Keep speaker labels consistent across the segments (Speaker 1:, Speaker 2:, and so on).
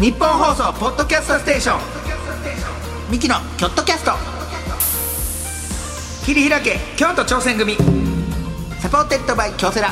Speaker 1: 日本放送ポッドキャストステーションミキのキョットキャスト切り開け京都挑戦組サポーテッドバイ京セラ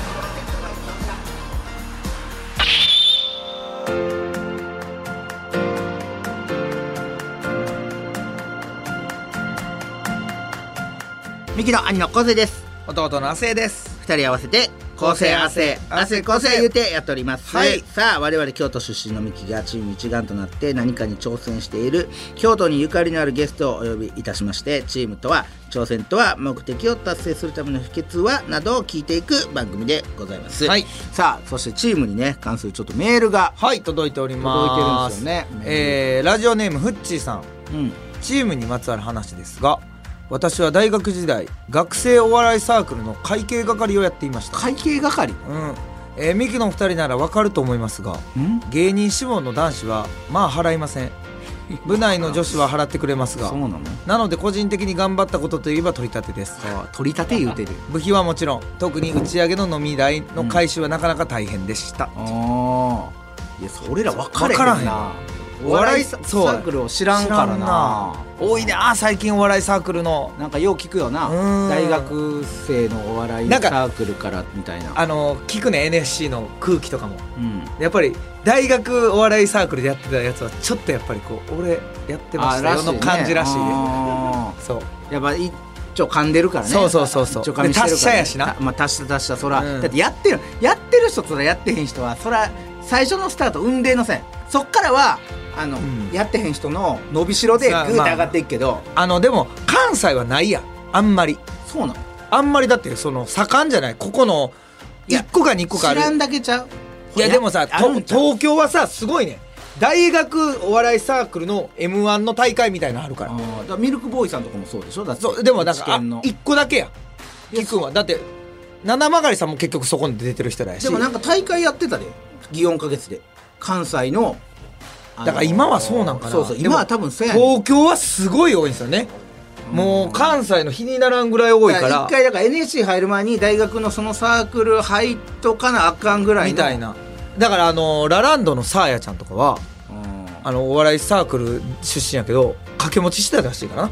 Speaker 1: ミキの兄の昴生です
Speaker 2: 弟の亜生です
Speaker 1: 二人合わせて構成汗汗構成言うてやっております、
Speaker 2: はい
Speaker 1: さあ我々京都出身のミキがチーム一丸となって何かに挑戦している京都にゆかりのあるゲストをお呼びいたしましてチームとは挑戦とは目的を達成するための秘訣はなどを聞いていく番組でございます、
Speaker 2: はい
Speaker 1: さあそしてチームにね関するちょっとメールが
Speaker 2: はい届いておりま
Speaker 1: 届い
Speaker 2: す
Speaker 1: てるんですよね
Speaker 2: えー、ラジオネームフッチーさん
Speaker 1: うん
Speaker 2: チームにまつわる話ですが私は大学時代学生お笑いサークルの会計係をやっていました
Speaker 1: 会計係
Speaker 2: うんえー、ミキのお二人ならわかると思いますが
Speaker 1: ん
Speaker 2: 芸人志望の男子はまあ払いません部内の女子は払ってくれますが
Speaker 1: そうなの
Speaker 2: なので個人的に頑張ったことといえば取り立てです
Speaker 1: あ取り立て言うてる
Speaker 2: 部費はもちろん特に打ち上げの飲み代の回収はなかなか大変でした、
Speaker 1: ああいやそれら分かれへん
Speaker 2: 分からへん
Speaker 1: なお
Speaker 2: お笑
Speaker 1: 笑
Speaker 2: い
Speaker 1: いサ
Speaker 2: そう
Speaker 1: ークルを知らんからな
Speaker 2: 知らんな多いねあー最近お笑いサークルの
Speaker 1: なんかよう聞くよな
Speaker 2: うん
Speaker 1: 大学生のお笑いサ
Speaker 2: なんか
Speaker 1: ークルからみたいな
Speaker 2: あの聞くね NSC の空気とかも
Speaker 1: うん、
Speaker 2: やっぱり大学お笑いサークルでやってたやつはちょっとやっぱりこう俺やってましたよの感じらしいね
Speaker 1: あ
Speaker 2: そう
Speaker 1: ーやっぱ一丁噛んでるからね
Speaker 2: そうそうそうそう
Speaker 1: 一丁噛みしてるから、ね、
Speaker 2: で達者やしな
Speaker 1: たまあ、達者達者そら、
Speaker 2: うん
Speaker 1: だってやってるやってる人とやってへん人はそら最初のスタート運命の線そっからはあの、
Speaker 2: ん
Speaker 1: やってへん人の伸びしろでグ
Speaker 2: さあ
Speaker 1: ーッと上がっていくけど、
Speaker 2: あのでも関西はないやんあんまり
Speaker 1: そうなの
Speaker 2: あんまりだってその盛んじゃないここの
Speaker 1: いや
Speaker 2: 1個か2個かあ
Speaker 1: 知
Speaker 2: る
Speaker 1: らんだけちゃう
Speaker 2: いやでもさ
Speaker 1: あるん
Speaker 2: と
Speaker 1: ちゃう
Speaker 2: 東京はさすごいね大学お笑いサークルの m 1の大会みたいなのあるから
Speaker 1: あーだからミルクボーイさんとかもそうでしょだって
Speaker 2: そうでもなんか
Speaker 1: 試
Speaker 2: あ
Speaker 1: 験の
Speaker 2: 1個だけやん
Speaker 1: や
Speaker 2: キくんはだって七曲さんも結局そこに出てる人らやし
Speaker 1: でもなんか大会やってたで祇園花月で関西のあの
Speaker 2: だから今はそうなんかな
Speaker 1: そうそう
Speaker 2: でも
Speaker 1: 今は多分そうやねん
Speaker 2: 東京はすごい多いんですよねもう関西の日にならんぐらい多いか
Speaker 1: だから
Speaker 2: ら
Speaker 1: 一回だから NSC 入る前に大学のそのサークル入っとかなあかんぐらいの
Speaker 2: みたいなだからあのラランドのサーヤちゃんとかは
Speaker 1: うん
Speaker 2: あのお笑いサークル出身やけど掛け持ちしてたらしいからな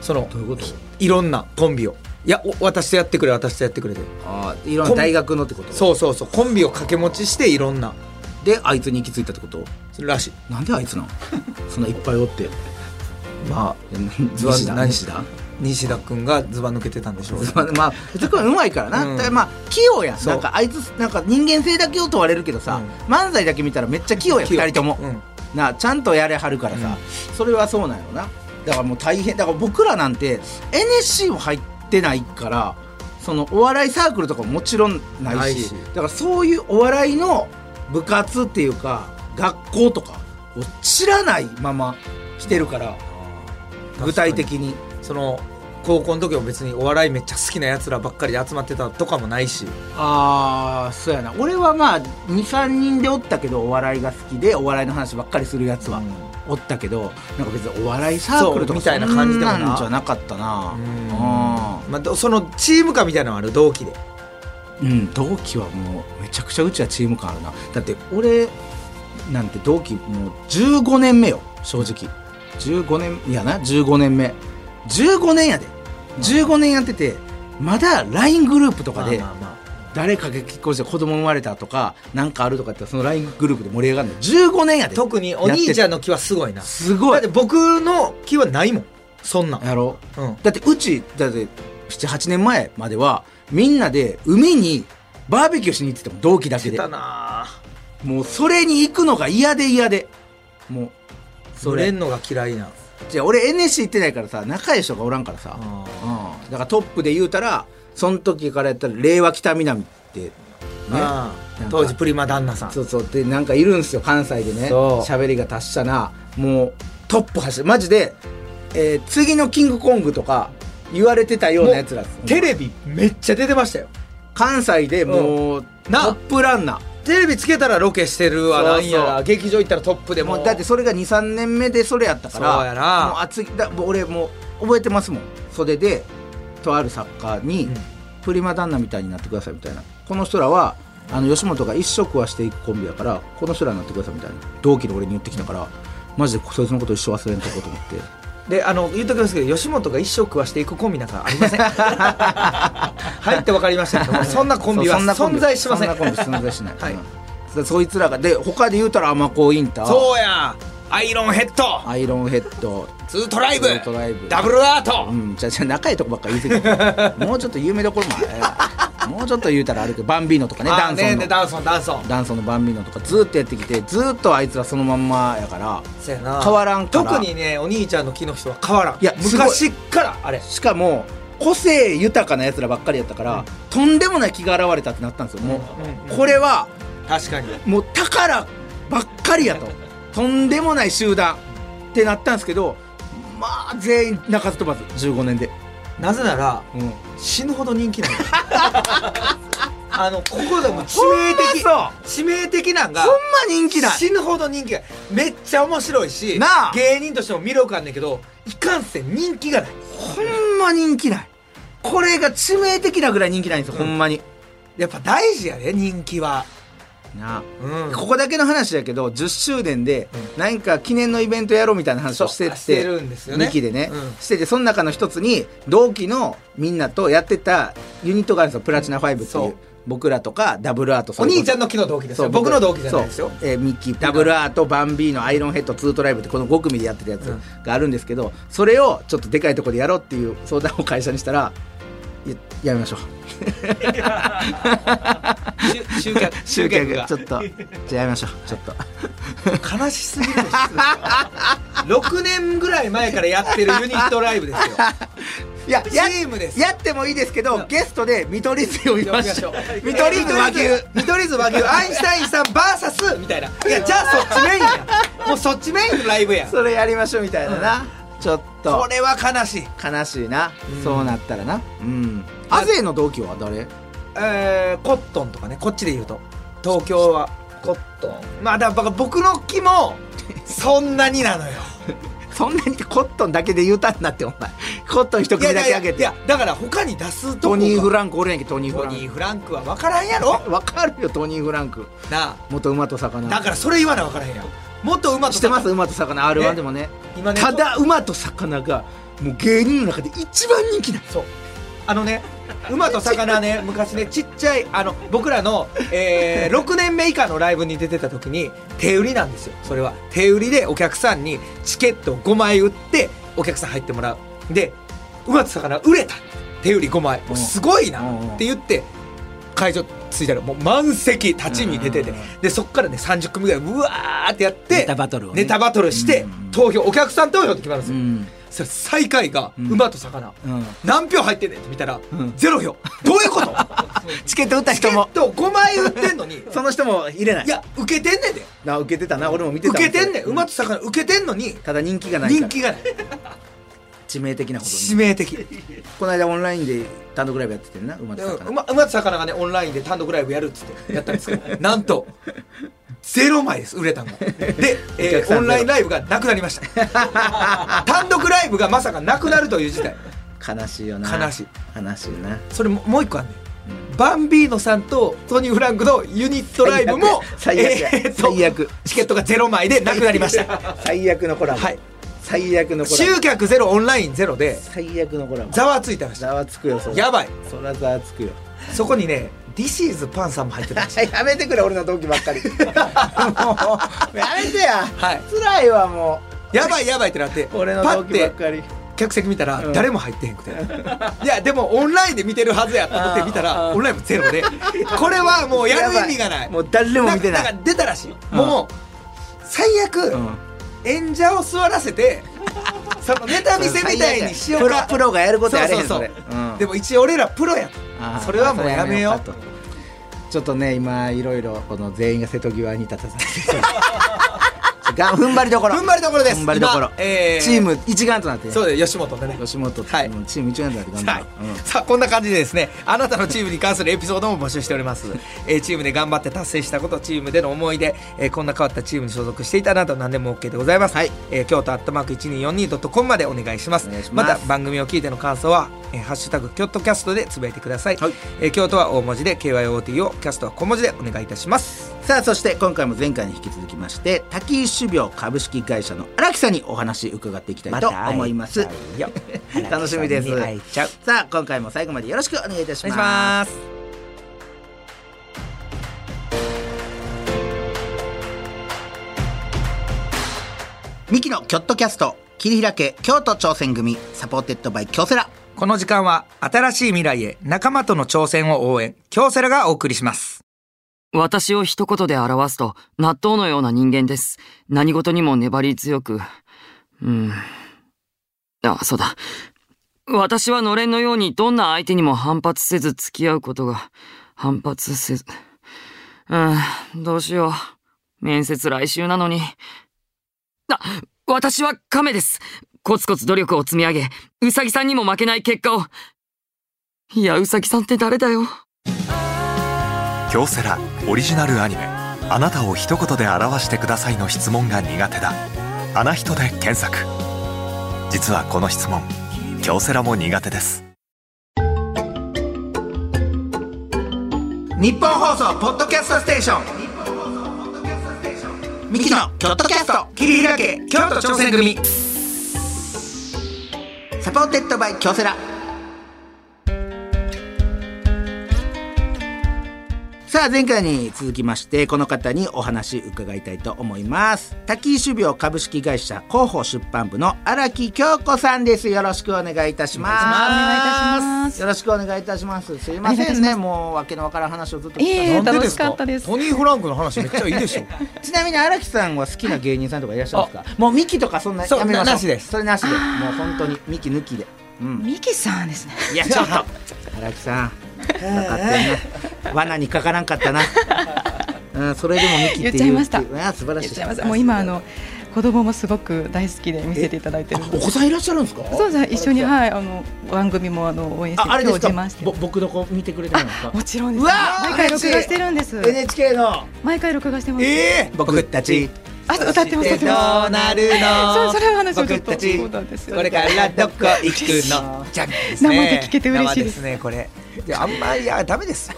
Speaker 2: その
Speaker 1: どういうこと
Speaker 2: いろんなコンビをいやお私とやってくれ私とやってくれで
Speaker 1: あーいろんな大学のってこと
Speaker 2: そうそうそうコンビを掛け持ちしていろんな
Speaker 1: であいつに行き着いたってこと
Speaker 2: らしい
Speaker 1: なんであい つなんそんないっぱいおって
Speaker 2: まあ
Speaker 1: 西田西田
Speaker 2: 西田君がズバ抜けてたんでしょうね
Speaker 1: まあ、 まあ、藤君はうまいからな、
Speaker 2: うん
Speaker 1: だからまあ器用やん
Speaker 2: そう
Speaker 1: なんかあいつなんか人間性だけを問われるけどさ、漫才だけ見たらめっちゃ器用やん
Speaker 2: 器用
Speaker 1: 2人とも、
Speaker 2: うん
Speaker 1: なあちゃんとやれはるからさ、それはそうなんやろなだからもう大変だから僕らなんて NSC も入ってないからそのお笑いサークルとかももちろんないし
Speaker 2: ないし
Speaker 1: だからそういうお笑いの部活っていうか学校とかを知らないまま来てるから具体的に
Speaker 2: その高校の時も別にお笑いめっちゃ好きなやつらばっかりで集まってたとかもないし
Speaker 1: ああそうやな俺はまあ23人でおったけどお笑いが好きでお笑いの話ばっかりするやつは、
Speaker 2: うん
Speaker 1: おったけどなんか別にお笑いサークルとか
Speaker 2: そうみたいな感じでも
Speaker 1: そ
Speaker 2: なん
Speaker 1: なんじゃなかったな
Speaker 2: まあ、どそのチーム感みたいなのはある同期で
Speaker 1: うん、うん、同期はもうめちゃくちゃうちはチーム感あるなだって俺なんて同期もう15年目よ正直15年いやな15年目15年やで15年やっててまだ LINE グループとかで、
Speaker 2: まあまあまあ
Speaker 1: 誰かが結婚して子供生まれたとかなんかあるとかってその LINE グループで盛り上がるの15年やで
Speaker 2: 特にお兄ちゃん
Speaker 1: の
Speaker 2: の気はすごいな
Speaker 1: すご
Speaker 2: だ
Speaker 1: い
Speaker 2: って僕の気はないもんそんなん
Speaker 1: やろ
Speaker 2: うん
Speaker 1: だってうちだって78年前まではみんなで海にバーベキューしに行ってたもん同期だけ
Speaker 2: 出
Speaker 1: で
Speaker 2: たなあ
Speaker 1: もうそれに行くのが嫌で嫌でもうそ
Speaker 2: 乗れ
Speaker 1: れ
Speaker 2: んのが嫌いな
Speaker 1: じゃあ俺 NSC 行ってないからさ仲いい人がおらんからさ、
Speaker 2: あ
Speaker 1: うん、だからトップで言うたらその時からやったら令和北南ってね
Speaker 2: あ
Speaker 1: なんか
Speaker 2: 当時プリマ旦那さん
Speaker 1: そうそうでなんかいるんですよ関西でね
Speaker 2: そう
Speaker 1: 喋りが達者なもうトップ走るマジで、えー次のキングコングとか言われてたようなやつらです
Speaker 2: テレビめっちゃ出てましたよ
Speaker 1: 関西でもう、ト
Speaker 2: な
Speaker 1: ップランナー
Speaker 2: テレビつけたらロケしてるわ
Speaker 1: そう
Speaker 2: な
Speaker 1: そうん
Speaker 2: やら劇場行ったらトップ
Speaker 1: で
Speaker 2: でも
Speaker 1: もだってそれが23年目でそれやったから
Speaker 2: そうやな
Speaker 1: もう熱いだもう俺もう覚えてますもん袖でとある作家に、
Speaker 2: うん
Speaker 1: プリマ旦那みたいになってくださいみたいなこの人らはあの吉本が一生食わしていくコンビやからこの人らになってくださいみたいな同期の俺に言ってきたからマジでそいつのこと一生忘れんとこうと思って
Speaker 2: であの言っときますけど吉本が一生食わしていくコンビなんかありま せん入って分かりましたけどもそんなコンビ
Speaker 1: そ
Speaker 2: は
Speaker 1: うそんなコン
Speaker 2: 存在しません
Speaker 1: そんなコンビ存在しない、
Speaker 2: はい
Speaker 1: うんだからそいつらがで他で言うたらアマコインター
Speaker 2: そうやアイロンヘッド
Speaker 1: アイロンヘッド
Speaker 2: ツートライブ
Speaker 1: ツートライブ
Speaker 2: ダブルアート、
Speaker 1: うんじゃあじゃあ仲いいとこばっかり言うてたもうちょっと有名どころもあれもうちょっと言うたらあるけどバンビーノとかね
Speaker 2: あ
Speaker 1: ダ
Speaker 2: ー
Speaker 1: ンソン
Speaker 2: ね
Speaker 1: の
Speaker 2: ダンソンダンソン
Speaker 1: ダンソンのバンビーノとかずーっとやってきてずーっとあいつらそのまんまやから
Speaker 2: そうやな
Speaker 1: 変わらんから
Speaker 2: 特にねお兄ちゃんの木の人は変わらん
Speaker 1: いやすごい
Speaker 2: 昔っからあれ
Speaker 1: しかも個性豊かなやつらばっかりやったから、とんでもない気が現れたってなったんですよもう、
Speaker 2: うん
Speaker 1: これは
Speaker 2: 確かに
Speaker 1: もう宝ばっかりやととんでもない集団ってなったんですけどまあ全員鳴かず飛ばず15年で、
Speaker 2: なぜなら
Speaker 1: うん、
Speaker 2: 死ぬほど人 気なんだあのここでも致命的
Speaker 1: ほんまそ
Speaker 2: 致命的なんが
Speaker 1: ほんま人気ない
Speaker 2: 死ぬほど人気がめっちゃ面白いし
Speaker 1: なあ
Speaker 2: 芸人としても魅力あんねんけどいかんせん人気がない
Speaker 1: ほんま人気ないこれが致命的なぐらい人気ないんですよ、ほんまに
Speaker 2: やっぱ大事やで人気は
Speaker 1: なあ
Speaker 2: うん
Speaker 1: ここだけの話だけど10周年で何か記念のイベントやろうみたいな話をして
Speaker 2: そう
Speaker 1: て
Speaker 2: してるんですよね
Speaker 1: 2期でね、
Speaker 2: うん
Speaker 1: しててその中の一つに同期のみんなとやってたユニットがあるんですよプラチナ5って
Speaker 2: そ
Speaker 1: いうう僕らとかダブルアート
Speaker 2: お兄ちゃん
Speaker 1: の
Speaker 2: の木の同期ですよ僕の同期じゃないですよ
Speaker 1: えーミッキーダブルアートバンビーノアイロンヘッドツートライブってこの5組でやってたやつがあるんですけど、それをちょっとでかいところでやろうっていう相談を会社にしたらいややめましょう
Speaker 2: 集集客
Speaker 1: 集客
Speaker 2: が
Speaker 1: ちょっとじゃあやめましょうちょっと
Speaker 2: 悲しすぎ る6年ぐらい前からやってるユニットライブですよ
Speaker 1: いや、
Speaker 2: チ
Speaker 1: や
Speaker 2: ームです
Speaker 1: やってもいいですけど、ゲストで見取り図呼びましょう。見取
Speaker 2: 見取
Speaker 1: り
Speaker 2: り
Speaker 1: 図
Speaker 2: 図
Speaker 1: 和
Speaker 2: 和
Speaker 1: 牛
Speaker 2: 牛。 見取り図和牛アインシュタインさん VS みたいないやじゃあそっちメインやもうそっちメインのライブや
Speaker 1: それやりましょうみたいなな。ちょっ、
Speaker 2: ことれは悲しい
Speaker 1: 悲しいな
Speaker 2: うん。
Speaker 1: そうなったらな。うん。アゼの同期は誰
Speaker 2: えーコットンとかねこっちで言うと東京はコットンまあだから僕の木 もそんなになのよ
Speaker 1: そんなにコットンだけで言うたんだって、お前。コットン一組だけあげ
Speaker 2: い
Speaker 1: て。
Speaker 2: やだから他に出すとこ
Speaker 1: トニー・フ
Speaker 2: ラン
Speaker 1: ランクおるやんけ、トニー・フ
Speaker 2: ト
Speaker 1: ラ
Speaker 2: ニー・
Speaker 1: ン
Speaker 2: フランクは分からんやろ
Speaker 1: ク。わかるよ、トニー・フランク。
Speaker 2: な
Speaker 1: 元馬と
Speaker 2: あ
Speaker 1: 魚。
Speaker 2: だからそれ言わな分からへんやんもっとうまく
Speaker 1: してます、馬と魚。R1 でもね。
Speaker 2: 今ね
Speaker 1: ただ、馬と魚が、もう芸人の中で一番人気だ。
Speaker 2: そうあのね馬と魚ね昔ねちっちゃいあの僕らの、え ー6年目以下のライブに出てた時に手売りなんですよそれは手売りでお客さんにチケットを5枚売ってお客さん入ってもらうで馬と魚売れた手売り5枚もうすごいな
Speaker 1: うんうん
Speaker 2: って言って会場着いたらもう満席立ち見出てて
Speaker 1: うんうん
Speaker 2: でそっからね30組ぐらいうわーってやって
Speaker 1: ネタバトルをね
Speaker 2: ネタバトルして
Speaker 1: うんうん
Speaker 2: 投票お客さん投票って決まるんです
Speaker 1: う
Speaker 2: よ、
Speaker 1: ん。
Speaker 2: それ最下位が
Speaker 1: うん
Speaker 2: 馬と魚、
Speaker 1: うん。
Speaker 2: 何票入ってんねんって見たら、
Speaker 1: ん
Speaker 2: ゼロ票どういうこと
Speaker 1: チケット打った
Speaker 2: チケ
Speaker 1: 人
Speaker 2: ッ
Speaker 1: も
Speaker 2: ト5枚売ってんのに
Speaker 1: その人も入れない
Speaker 2: いや受けてんねんで
Speaker 1: な受けてたな俺も見てた
Speaker 2: 受けてんねん馬と魚受けてんのに
Speaker 1: ただ人気がないから
Speaker 2: 人気がない
Speaker 1: 致命的なこと
Speaker 2: 致
Speaker 1: に
Speaker 2: 命的で
Speaker 1: この間オンラインで単独ライブやっててんな馬と魚
Speaker 2: 馬馬と魚がねオンラインで単独ライブやるっつってやったんです けどなんとゼロ枚です売れたのがで、
Speaker 1: お
Speaker 2: え
Speaker 1: 客さ
Speaker 2: ー
Speaker 1: ん
Speaker 2: オンラインライブがなくなりました単独ライブがまさかなくなるという事態
Speaker 1: 悲しいよな
Speaker 2: 悲しい
Speaker 1: 悲しいな
Speaker 2: それももう一個あんねんバンビーノさんとトニー・フランクのユニットライブも
Speaker 1: 最悪や
Speaker 2: えーっと
Speaker 1: 最悪
Speaker 2: チケットがゼロ枚でなくなり ました
Speaker 1: 最悪のコラボ
Speaker 2: はい
Speaker 1: 最悪のコラボ
Speaker 2: 集客ゼロオンラインゼロで
Speaker 1: 最悪のコラボ
Speaker 2: ざわついてました
Speaker 1: ざわつくよそら
Speaker 2: やばい
Speaker 1: そらざわつくよ
Speaker 2: そこにね「This is パンさんも入ってたんですよ
Speaker 1: やめてくれ俺の同期ばっ かりも うやめてや
Speaker 2: はい
Speaker 1: 辛いわも
Speaker 2: やばいやばいってなって
Speaker 1: う俺の
Speaker 2: パ
Speaker 1: 同
Speaker 2: ッ
Speaker 1: 期ばってかり
Speaker 2: 客席見たら
Speaker 1: うん
Speaker 2: 誰も入ってへんくて、いやでもオンラインで見てるはずやと思って見た
Speaker 1: あ
Speaker 2: ら
Speaker 1: ー
Speaker 2: オンラインもゼロでこれはもうやる意味が
Speaker 1: やば
Speaker 2: ない
Speaker 1: もう誰も見て
Speaker 2: ん
Speaker 1: な
Speaker 2: か
Speaker 1: い
Speaker 2: んか出たらしい、もう最悪、
Speaker 1: うん
Speaker 2: 演者を座らせ てそのネタ見せみたいにしようか
Speaker 1: プロプロがやることやれへん
Speaker 2: そうそ
Speaker 1: そ
Speaker 2: うそう
Speaker 1: れうん
Speaker 2: でも一応俺らプロや
Speaker 1: あー
Speaker 2: とそれはもう
Speaker 1: それ
Speaker 2: やめよう
Speaker 1: はやめようかとちょっとね今いろいろこの全員が瀬戸際に立たされて が踏ん張りどころ
Speaker 2: 踏ん張りどころです
Speaker 1: 踏ん張りどころ
Speaker 2: 今、えー
Speaker 1: チーム一丸となってね
Speaker 2: そうで吉本でね
Speaker 1: 吉本、
Speaker 2: はい
Speaker 1: うんチーム一丸となって頑張
Speaker 2: は
Speaker 1: ろ、
Speaker 2: いう
Speaker 1: うん
Speaker 2: さあこんな感じでですねあなたのチームに関するエピソードも募集しております、 えーチームで頑張って達成したことチームでの思い出、えーこんな変わったチームに所属していたなど何でも OK でございます、はいえー、京都アットマーク 1242.com までお願いします
Speaker 1: お願いし
Speaker 2: ま
Speaker 1: ます
Speaker 2: た番組を聞いての感想は「えーハッシュタグ京都キャストでつぶやいてください、
Speaker 1: はい
Speaker 2: えー京都は大文字で KYOT をキャストは小文字でお願いいたします
Speaker 1: さあそして今回も前回に引き続きまして滝石種苗株式会社の荒木さんにお話伺っていきたいと思います、楽しみです
Speaker 2: 会えちゃう
Speaker 1: さあ今回も最後までよろしくお願いいたし
Speaker 2: お願
Speaker 1: ま
Speaker 2: いし
Speaker 1: す
Speaker 2: ます
Speaker 1: ミキのキョットキャスト切り開け京都挑戦組サポーテッドバイ京セラ
Speaker 2: この時間は新しい未来へ仲間との挑戦を応援京セラがお送りします
Speaker 3: 私を一言で表すと、納豆のような人間です。何事にも粘り強く。うん。あ、そうだ。私はのれんのようにどんな相手にも反発せず付き合うことが、反発せず。うん、どうしよう。面接来週なのに。あ、私は亀です。コツコツ努力を積み上げ、うさぎさんにも負けない結果を。いや、うさぎさんって誰だよ。
Speaker 4: 京セラオリジナルアニメ「あなたを一言で表してください」の質問が苦手だ「あな人」で検索実はこの質問京セラも苦手です
Speaker 1: 日本放送ポッドキャストステーションミキのキョットキャスト切り開け
Speaker 2: 京都挑戦組
Speaker 1: サポーテッドバイ京セラさあ前回に続きましてこの方にお話伺いたいと思います滝井種苗株式会社広報出版部の荒木京子さんですよろしくお願いいたします
Speaker 5: お願いします
Speaker 1: よろしくお願いいたしますすいませ
Speaker 5: お願いいた
Speaker 1: ん
Speaker 5: しま
Speaker 1: ね
Speaker 5: す
Speaker 1: もうわけのわからん話をずっと聞いてた
Speaker 5: ええ
Speaker 1: の
Speaker 5: 楽しかったです
Speaker 2: トニー・フランクの話めっちゃいいでしょ
Speaker 1: ちなみに荒木さんは好きな芸人さんとかいらっしゃるんですかもうミキとかそんな
Speaker 2: そう
Speaker 1: やめましょう
Speaker 2: ななしです
Speaker 1: それなしでもう本当にミキ抜きでうん
Speaker 5: ミキさんですね。
Speaker 1: いやちょっと荒木さんかかってん な罠にかからんかったなうんそれでもミキっていう
Speaker 5: 言っちゃいました
Speaker 1: ってうあ素晴らしい
Speaker 5: すいませんもう今あの子供もすごく大好きで見せていただいて
Speaker 1: あ
Speaker 5: るの
Speaker 1: お
Speaker 5: で。
Speaker 1: 子さんいらっしゃるんですか
Speaker 5: そうですね一緒に
Speaker 1: あ
Speaker 5: はいあの番組もあの応援して
Speaker 1: あれです
Speaker 5: て
Speaker 1: か
Speaker 5: して
Speaker 1: ぼ僕の子見てくれてるんですか
Speaker 5: もちろんです。
Speaker 1: うわー
Speaker 5: 毎回録画してるんです。
Speaker 1: NHK の
Speaker 5: 毎回録画してます。
Speaker 2: ええ
Speaker 1: 僕たち
Speaker 5: あ歌ってます歌ってます。
Speaker 2: る
Speaker 5: そうそれの話をちょっ
Speaker 2: 僕
Speaker 5: と
Speaker 2: たち
Speaker 5: そうなんですよ
Speaker 2: これからどこ行くのじゃんですね
Speaker 5: 生で聞けて嬉しいです
Speaker 2: 生ねこれいやあんまりいやダメですよ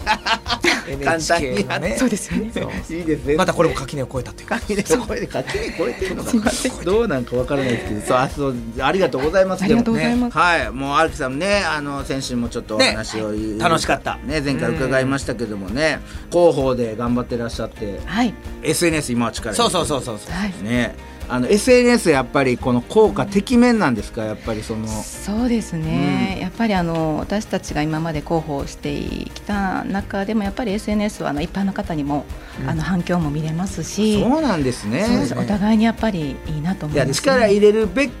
Speaker 1: 簡単に
Speaker 2: NHK のね
Speaker 5: そうですよね。
Speaker 1: いいですね
Speaker 2: またこれも垣根を越えたというか
Speaker 1: 垣根声で垣根超えてるのか
Speaker 5: すい
Speaker 1: な
Speaker 5: ません
Speaker 1: どうなんかわからないですけどそうあそうありがとうございます
Speaker 5: ありがとうございます
Speaker 1: でもねはいもう荒木さんねあの先週もちょっとお話を、
Speaker 2: ね楽しかった
Speaker 1: ね前回伺いましたけどもね広報で頑張ってらっしゃって
Speaker 5: はい
Speaker 1: SNS 今は力
Speaker 2: そうそうそうそうそう
Speaker 5: はい。
Speaker 1: うねあの SNS やっぱりこの効果てきめんなんですかやっぱりその
Speaker 5: そうですね、やっぱりあの私たちが今まで広報してきた中でもやっぱり SNS はあの一般の方にも、あの反響も見れますし
Speaker 1: そうなんですね
Speaker 5: そうですお互いにやっぱりいいなと思
Speaker 1: いや
Speaker 5: います、ね、
Speaker 1: 力入れるべき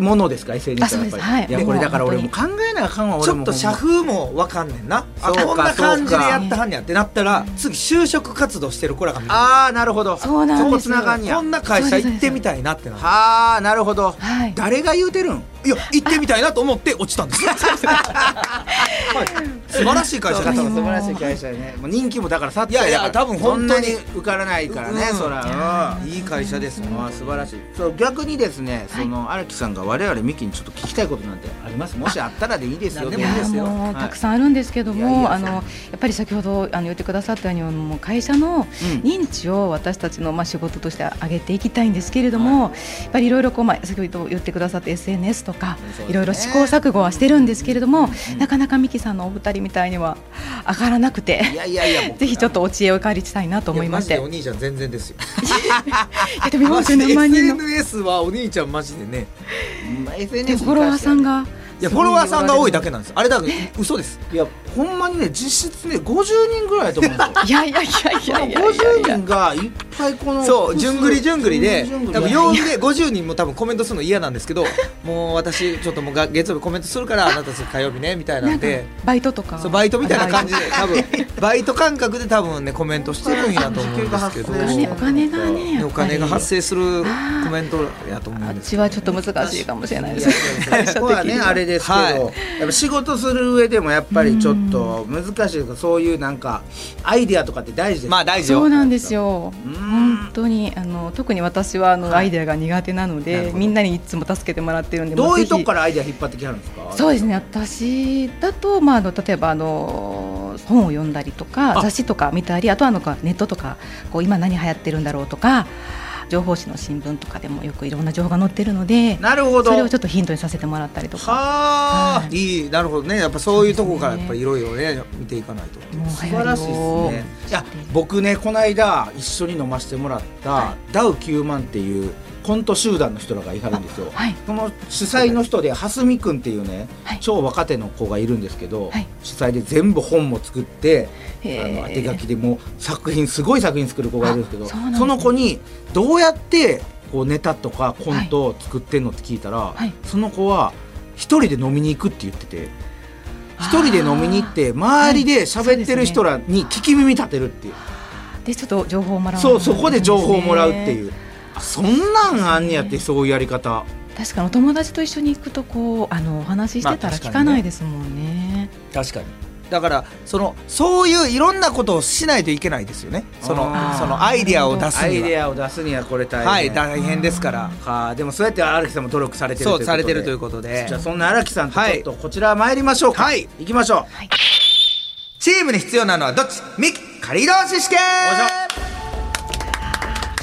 Speaker 1: ものですか SNS はやっぱり
Speaker 5: あそうですはい
Speaker 1: やこれだから俺も
Speaker 5: もう
Speaker 1: 考えなあかんわ俺
Speaker 2: ちょ
Speaker 1: も
Speaker 2: っと社風もわかんねんなあ
Speaker 1: そうか
Speaker 2: こんな感じでやったはんやってなったら
Speaker 5: そう
Speaker 2: 次
Speaker 5: か
Speaker 2: 就職活動してる子らが見て
Speaker 1: ああなるほど
Speaker 5: そうなんです
Speaker 1: そこつながんや
Speaker 2: こんな会社行ってみたいなってなは
Speaker 1: はあなるほど、
Speaker 5: はい
Speaker 1: 誰が言うてるん
Speaker 2: いや行ってみたいなと思って落ちたんですはい素晴らしい会社だった
Speaker 5: そう
Speaker 2: の
Speaker 5: そう
Speaker 1: 社ねもう人気もだからさっ
Speaker 2: いやいや多分本当に
Speaker 1: そんなに受からないからね、
Speaker 2: うん
Speaker 1: そらうん
Speaker 2: いい会社です
Speaker 1: あー素晴らしいそう逆にですねその荒木さんが我々ミキにちょっと聞きたいことなんてありますもしあったらでいいですよ
Speaker 2: あ
Speaker 1: と
Speaker 2: 何でもいいですよ
Speaker 5: やもう
Speaker 1: はい
Speaker 5: たくさんあるんですけども、
Speaker 1: いやいや
Speaker 5: あのやっぱり先ほどあの言ってくださったようにもう会社の認知を私たちのまあ仕事として上げていきたいんですけれども、やっぱりいろいろこうまあ先ほど言ってくださった SNS とか
Speaker 1: そうですね
Speaker 5: いろいろ試行錯誤はしてるんですけれども、なかなかミキさんのお二人みたいには上がらなくて
Speaker 1: い。やいやいやもう
Speaker 5: ぜひちょっとお知恵をお借りしたいなと思いまして。い
Speaker 2: やマジでお兄ちゃん全然ですよ
Speaker 5: やでも
Speaker 2: マジで
Speaker 5: 47万人の
Speaker 2: SNS はお兄ちゃんマジでね
Speaker 1: まあ
Speaker 5: で
Speaker 1: SNS
Speaker 5: フォロワーさんが。
Speaker 2: いやフォロワーさんが多いだけなんですあれだ嘘です
Speaker 1: いやほんまにね実質ね50人ぐらいだと思うんですよ
Speaker 5: いやいやいやいやいやいやいや
Speaker 1: 50人がいっぱいこの
Speaker 2: そうじゅんぐりじゅんぐりで
Speaker 1: じゅんぐり
Speaker 2: 多分曜日で50人も多分コメントするの嫌なんですけどもう私ちょっともうが月曜日コメントするからあなた火曜日ねみたいな
Speaker 5: なんんか
Speaker 2: で
Speaker 5: バイトとか
Speaker 2: そうバイトみたいな感じで多分バイト感覚で多分ねコメントしてるんやと思うんですけど
Speaker 1: お金
Speaker 5: お金がねやっぱり
Speaker 2: お金が発生する
Speaker 5: あー
Speaker 2: コメントやと思
Speaker 5: あ
Speaker 2: うん
Speaker 5: っ
Speaker 2: です
Speaker 5: ち
Speaker 2: けど
Speaker 5: はちょっと難しいかもしれないです。
Speaker 1: 最初はねあれですけど、
Speaker 2: はい
Speaker 1: やっぱ仕事する上でもやっぱりちょっと難しいですそういうなんかアイディアとかって大事です
Speaker 2: まあ大事
Speaker 5: そ
Speaker 2: よ
Speaker 5: うなんですよ。
Speaker 1: ん
Speaker 5: 本当にあの特に私はあのアイデアが苦手なの
Speaker 1: なる
Speaker 5: で、
Speaker 1: ほど
Speaker 5: みんなにいつも助けてもらってるんで、
Speaker 1: どういう
Speaker 5: ぜひ
Speaker 1: とこからアイディア引っ張ってきはるんですか
Speaker 5: そうですね。私だとまああの例えばあの本を読んだりとか
Speaker 1: あ
Speaker 5: 雑誌とか見たり、あとはなんかネットとかこう今何流行ってるんだろうとか。情報誌の新聞とかでもよくいろんな情報が載ってるので
Speaker 1: なるほど
Speaker 5: それを
Speaker 1: は
Speaker 5: ちょっとヒントにさせてもらったりとか
Speaker 1: あ、
Speaker 5: はい
Speaker 2: いいなるほどねやっぱそういうとこからやっぱりいろいろね見ていかないとっていう
Speaker 5: もう
Speaker 1: 素晴らしいで
Speaker 5: 流
Speaker 1: す
Speaker 5: 行
Speaker 1: ね
Speaker 5: りを
Speaker 1: いや僕ねこの間一緒に飲ませてもらった、ダウ9万っていうコント集団の人らがいはるんですよ、
Speaker 5: はい
Speaker 1: その主催の人で蓮見くんっていうね、
Speaker 5: はい
Speaker 1: 超若手の子がいるんですけど、
Speaker 5: はい
Speaker 1: 主催で全部本も作ってあ
Speaker 5: へー
Speaker 1: の当て書きでもう作品すごい作品作る子がいるんですけど
Speaker 5: あ
Speaker 1: そ
Speaker 5: そうなんですね
Speaker 1: の子にどうやってこうネタとかコントを作ってんのって聞いたら、
Speaker 5: はい
Speaker 1: その子は一人で飲みに行くって言ってて。一人で飲みに行って周りで喋ってる人らに聞き耳立てるっていう
Speaker 5: でちょっと情報をもらう
Speaker 1: そうそこで情報をもらうっていううあそんなんあんねやってそういうやり方
Speaker 5: 確かにお友達と一緒に行くとこうあのお話ししてた
Speaker 2: まあ
Speaker 5: ら
Speaker 2: 確かにね
Speaker 5: 聞かないですもんね,、
Speaker 2: 確かにだからそのそういういろんなことをしないといけないですよねその
Speaker 1: あー
Speaker 2: そのアイディアを出す
Speaker 1: アイ
Speaker 2: に
Speaker 1: デ
Speaker 2: は
Speaker 1: アを出すにはこれ大変
Speaker 2: はい大変ですから
Speaker 1: かでもそうやって荒木さんも努力されてるという
Speaker 2: そ
Speaker 1: こと
Speaker 2: う
Speaker 1: で
Speaker 2: されてるということで
Speaker 1: じゃあそんな荒木さんとちょっとこちら参りましょうかはい行きましょう
Speaker 2: チームに必要なのはどっちミキ仮同士試験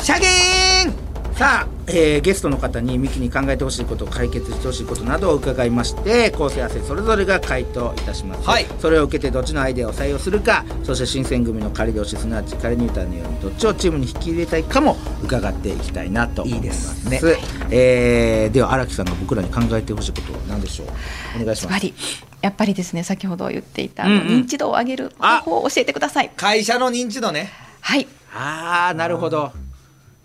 Speaker 2: シャギーン
Speaker 1: さあ、えーゲストの方にミキに考えてほしいこと解決してほしいことなどを伺いまして構成汗それぞれが回答いたします、
Speaker 2: はい
Speaker 1: それを受けてどっちのアイデアを採用するかそして新選組の仮同士すなわち仮入団のようにどっちをチームに引き入れたいかも伺っていきたいなと思います
Speaker 2: いいです
Speaker 1: えーでは荒木さんが僕らに考えてほしいことは何でしょうお願いし
Speaker 5: ズ
Speaker 1: ま
Speaker 5: バ
Speaker 1: す
Speaker 5: リやっぱりですね先ほど言っていたあの、
Speaker 1: うんうん
Speaker 5: 認知度を上げる方法を教えてください
Speaker 2: 会社の認知度ね
Speaker 5: はい教
Speaker 1: ああなるほど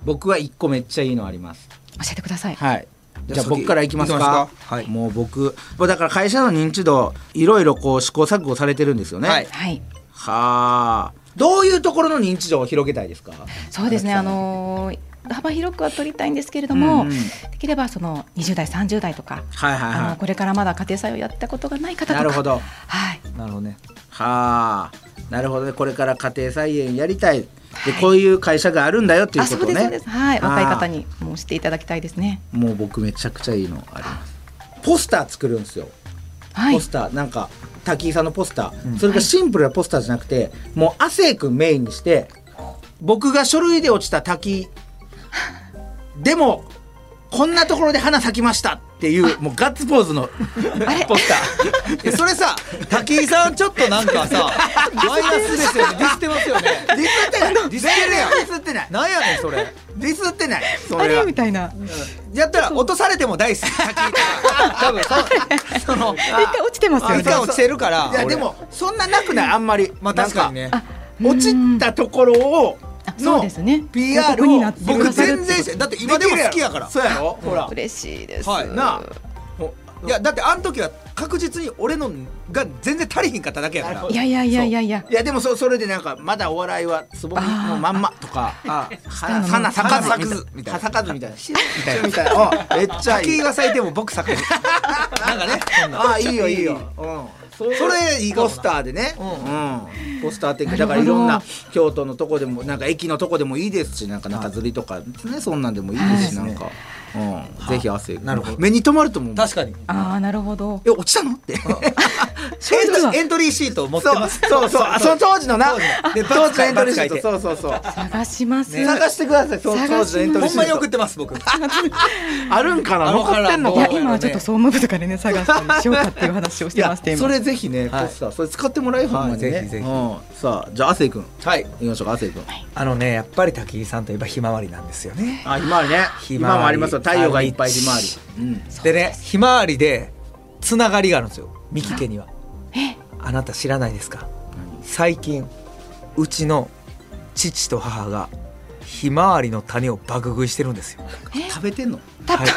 Speaker 1: 僕は一個めっちゃいいのあります
Speaker 5: えてください、
Speaker 1: はい。
Speaker 2: じ
Speaker 1: じ
Speaker 2: ゃあ
Speaker 1: ゃあ
Speaker 2: 先
Speaker 1: 僕からいきますか
Speaker 2: 行きますかはい
Speaker 1: もう僕もうだから会社の認知度いろいろこう試行錯誤されてるんですよね
Speaker 2: はい
Speaker 5: はい
Speaker 1: はあどういうところの認知度を広げたいですか
Speaker 5: そうですねあ
Speaker 1: 荒木さん
Speaker 5: のー幅広くは取りたいんですけれども、
Speaker 1: うんうん
Speaker 5: できればその20代30代とか、
Speaker 1: はいはい
Speaker 5: あ
Speaker 1: は
Speaker 5: のこれからまだ家庭菜をやったことがない方と
Speaker 1: い
Speaker 5: か
Speaker 1: なるほどは
Speaker 5: はい
Speaker 2: なるほどね
Speaker 1: あなるほどねこれから家庭菜園やりたいで
Speaker 5: はい
Speaker 1: こういう会社があるんだよってい
Speaker 5: あ
Speaker 1: うこ
Speaker 5: そう
Speaker 1: と
Speaker 5: で
Speaker 1: ね
Speaker 5: すそうですはい若い
Speaker 1: あー
Speaker 5: 方にもうしていただきたいですね
Speaker 1: もう僕めちゃくちゃいいのありますポスター作るんですよ
Speaker 5: はい
Speaker 1: ポスターなんか滝井さんのポスター、それがシンプルなポスターじゃなくて、もう亜生君メインにして僕が書類で落ちた滝井でもこんなところで花咲きましたっていうもうガッツポーズのポスター
Speaker 2: えそれさ武井さんちょっとなんかさ マイナスですよねディスってますよね
Speaker 1: ディスってないディスってないディスってない
Speaker 2: なんやねんそれ
Speaker 1: ディスってないそ
Speaker 5: あ
Speaker 1: れ
Speaker 5: れ
Speaker 1: は
Speaker 5: みたいな
Speaker 2: やったら落とされても 大好き武井から多分そ その
Speaker 5: 一回落ちてますよ
Speaker 2: あ
Speaker 5: ね
Speaker 2: 一回落ちてるから
Speaker 1: いや
Speaker 2: 俺
Speaker 1: でもそんななくないあんまり
Speaker 2: まあ確かにね
Speaker 1: 落ちたところを
Speaker 5: あそう
Speaker 1: の
Speaker 5: ですね
Speaker 1: PR
Speaker 5: 広告に
Speaker 1: を
Speaker 5: なってく
Speaker 2: 僕
Speaker 5: ださ
Speaker 2: 全
Speaker 5: るってこと
Speaker 2: 然だって今でも好きやから
Speaker 1: そうやろほら
Speaker 5: 嬉しいです、
Speaker 2: はい
Speaker 1: なあ
Speaker 2: いやだってあの時は確実に俺のが全然足りひんかっただけやか
Speaker 1: な
Speaker 2: ら
Speaker 1: るほ
Speaker 5: いやいやいやいやいや
Speaker 1: いやでもそそれでなんかまだお笑いはつぼみのまんまとか
Speaker 2: あ
Speaker 1: 花花咲かず
Speaker 2: 花咲かず
Speaker 1: みたいな花咲かずみたいな
Speaker 2: みたいな
Speaker 1: みたいなあめっちゃい
Speaker 2: 滝
Speaker 1: い
Speaker 2: 井が咲いても僕咲くなんか ねそんな
Speaker 1: あいいよいいよ、うん、そ
Speaker 2: それいいかも
Speaker 1: ポ
Speaker 2: な
Speaker 1: スターでね、う
Speaker 2: うんん
Speaker 1: ポスター的
Speaker 5: なる
Speaker 1: だ
Speaker 5: ほ
Speaker 1: か
Speaker 5: ど
Speaker 1: らいろんな京都のとこでもなんか駅のとこでもいいですしなんか中吊りとかね、そんなんでもいいですし、
Speaker 2: はい
Speaker 1: なんか、うん、ぜひ汗
Speaker 2: なるほど
Speaker 1: 目に留まると思う
Speaker 2: 確かに
Speaker 5: ああなるほど
Speaker 1: え落ちたのっ て
Speaker 2: エントエントリーシートを持って
Speaker 1: そ
Speaker 2: ま
Speaker 1: う
Speaker 2: す
Speaker 1: そうそうあその当時のな
Speaker 2: で
Speaker 1: 当時のエントリーシー
Speaker 2: バツ書い
Speaker 1: ト
Speaker 2: て
Speaker 1: そうそうそう
Speaker 5: 探します、
Speaker 1: 探してくださいその当時のエントリー
Speaker 2: ほ
Speaker 1: シート
Speaker 2: んまに送ってます僕
Speaker 1: あるんかな
Speaker 2: あの
Speaker 1: 残ってんの
Speaker 5: い
Speaker 1: かな
Speaker 5: や
Speaker 2: どう
Speaker 5: 今はちょっと総務部とかでね探したりしようかっていう話をしてまして
Speaker 1: いやそ
Speaker 5: 今
Speaker 1: れぜひねポ
Speaker 2: はい
Speaker 1: スターそれ使ってもらえば
Speaker 2: は
Speaker 1: ほん
Speaker 2: い
Speaker 1: まにね
Speaker 2: ぜひぜひ
Speaker 1: うんさあじゃあ亜生君
Speaker 2: はい
Speaker 1: いきましょうか亜生君
Speaker 2: あのねやっぱり滝井さんといえばひまわりなんですよね
Speaker 1: あひまわりね
Speaker 2: ひ
Speaker 1: 今
Speaker 2: まわり
Speaker 1: もありますよ太陽がいっぱいひまわりうん
Speaker 2: でねひまわりでつながりがあるんですよ三木家には
Speaker 5: え
Speaker 2: あなた知らないですか最近うちの父と母がひまわりの種を爆食いしてるんですよ
Speaker 5: え
Speaker 1: 食べてんの
Speaker 5: た
Speaker 2: はい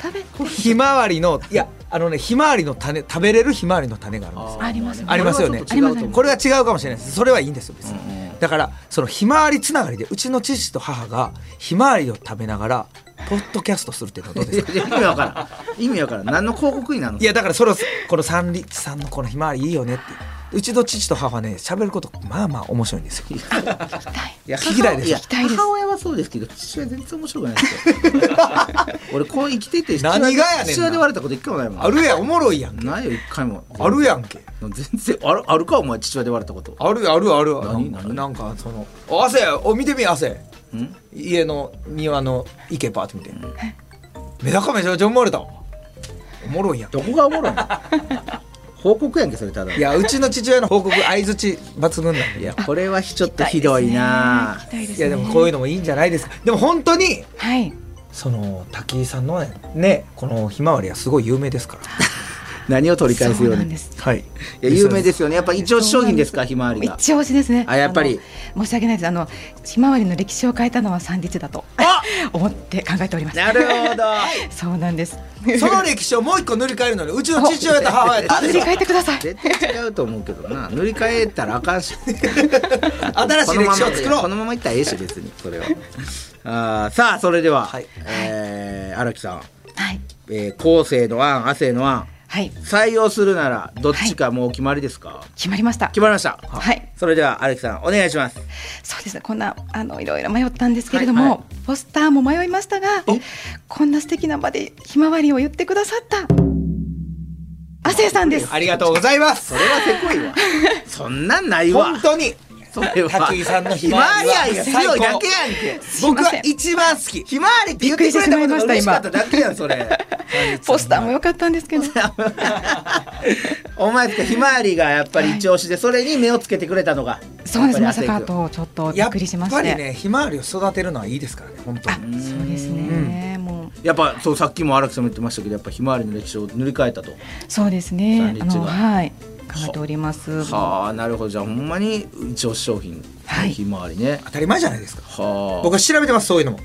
Speaker 5: 食べて
Speaker 2: ひまわりのいやあのねひまわりの種食べれるひまわりの種があるんですよ
Speaker 5: ありますね
Speaker 2: ありますよね
Speaker 5: ありますあります
Speaker 2: これは違うかもしれないですそれはいいんですよ別に、
Speaker 1: うんうん
Speaker 2: だからそのひまわりつながりでうちの父と母がひまわりを食べながらポッドキャストするっていうのはどう ですか
Speaker 1: いや意味わからん意味わからん何の広告になるの
Speaker 2: いやだからそれをこの三立さんのこのひまわりいいよねってうちの父と母はね喋ることまあまあ面白いんですよ
Speaker 1: いや
Speaker 2: 聞きたいです
Speaker 1: 母
Speaker 5: 聞きたいです
Speaker 1: 母親はそうですけど父親全然面白くないですよ 俺こう生きてて父親
Speaker 2: 何がやねんな
Speaker 1: 父親で言われたこと一回もないもん
Speaker 2: あるやんおもろいやん
Speaker 1: ないよ一回も
Speaker 2: あるやんけ
Speaker 1: 全然あるあるかお前父親で言われたこと
Speaker 2: あるあるある
Speaker 1: 何
Speaker 2: なんか
Speaker 1: 何
Speaker 2: なんかその「お汗お見てみ汗
Speaker 1: ん」
Speaker 2: 家の庭の池パーって見て「メダカめちゃめちゃ生まれたわおもろいやん
Speaker 1: どこがおも ろいの報告やんけそれただ」の
Speaker 2: いやうちの父親の報告相づち抜群なんでいや
Speaker 1: これはひちょっとひどいな
Speaker 5: 聞きたいですね聞きたいですね
Speaker 2: いやでもこういうのもいいんじゃないですかでも本当に
Speaker 5: はい
Speaker 2: その滝井さんのねこのひまわりはすごい有名ですから
Speaker 1: 何を取り返す
Speaker 5: そう
Speaker 1: よう
Speaker 5: なん
Speaker 1: にい
Speaker 5: です
Speaker 2: はい
Speaker 1: や有名ですよねやっぱ一押し商品ですかひまわりが
Speaker 5: 一押しですね。
Speaker 1: あやっぱり
Speaker 5: あの申し訳ないです。あのひまわりの歴史を変えたのは三立だと
Speaker 2: あ
Speaker 5: 思って考えております。
Speaker 1: なるほど
Speaker 5: そうなんです。
Speaker 2: その歴史をもう一個塗り替えるのにうちの父親と母親と
Speaker 5: あ塗り替えてください。
Speaker 1: 絶対違うと思うけどな塗り替えたらあかんし
Speaker 2: 新しい歴史を作ろ
Speaker 1: こ
Speaker 2: う
Speaker 1: のままいったらええし別にそれは あーさあそれでは、
Speaker 2: はい
Speaker 1: えー荒木さん、
Speaker 5: はい
Speaker 1: えー、後世の案亜生の案
Speaker 5: はい
Speaker 1: 採用するならどっちかもう決まりですか、
Speaker 5: 決まりました
Speaker 1: 決。まりました
Speaker 5: はい
Speaker 1: それでは荒木さんお願いします
Speaker 5: そうですね。こんなあのいろいろ迷ったんですけれども、
Speaker 1: はいは
Speaker 5: ポスターも迷いましたが、こんな素敵な場でひまわりを言ってくださった亜生さんです。
Speaker 2: ありがとうございます
Speaker 1: それはせこいわそんなんないわ
Speaker 2: 本当に
Speaker 1: それは
Speaker 2: 滝井さんのひまわりは
Speaker 1: ひまわり愛が強いだけやんけ
Speaker 2: 僕は一番好き
Speaker 1: ひまわりって言ってくれたことが嬉しかっただけやんそれ
Speaker 5: ポスターも良かったんですけ ど、
Speaker 1: お前ってひまわりがやっぱり一押しでそれに目をつけてくれたのが
Speaker 5: そうです。まさ
Speaker 1: や
Speaker 5: か
Speaker 1: っぱり亜生君
Speaker 5: とちょっとび
Speaker 2: や
Speaker 5: っ
Speaker 2: っ
Speaker 5: くりしまし
Speaker 2: ぱ
Speaker 5: て。
Speaker 2: りねひまわりを育てるのはいいですからね本当
Speaker 5: あ
Speaker 2: に
Speaker 5: そうですね。もう
Speaker 1: やっぱそうさっきも荒木さんも言ってましたけどやっぱひまわりの歴史を塗り替えたと
Speaker 5: そうですね。
Speaker 1: 三
Speaker 5: あ
Speaker 1: 日
Speaker 5: の
Speaker 1: が
Speaker 5: はい考えております。
Speaker 1: はあなるほどじゃあほんまに一押し商品、
Speaker 5: はい
Speaker 1: ひまわりね
Speaker 2: 当たり前じゃないですか
Speaker 1: はあ
Speaker 2: 僕は調べてますそういうのも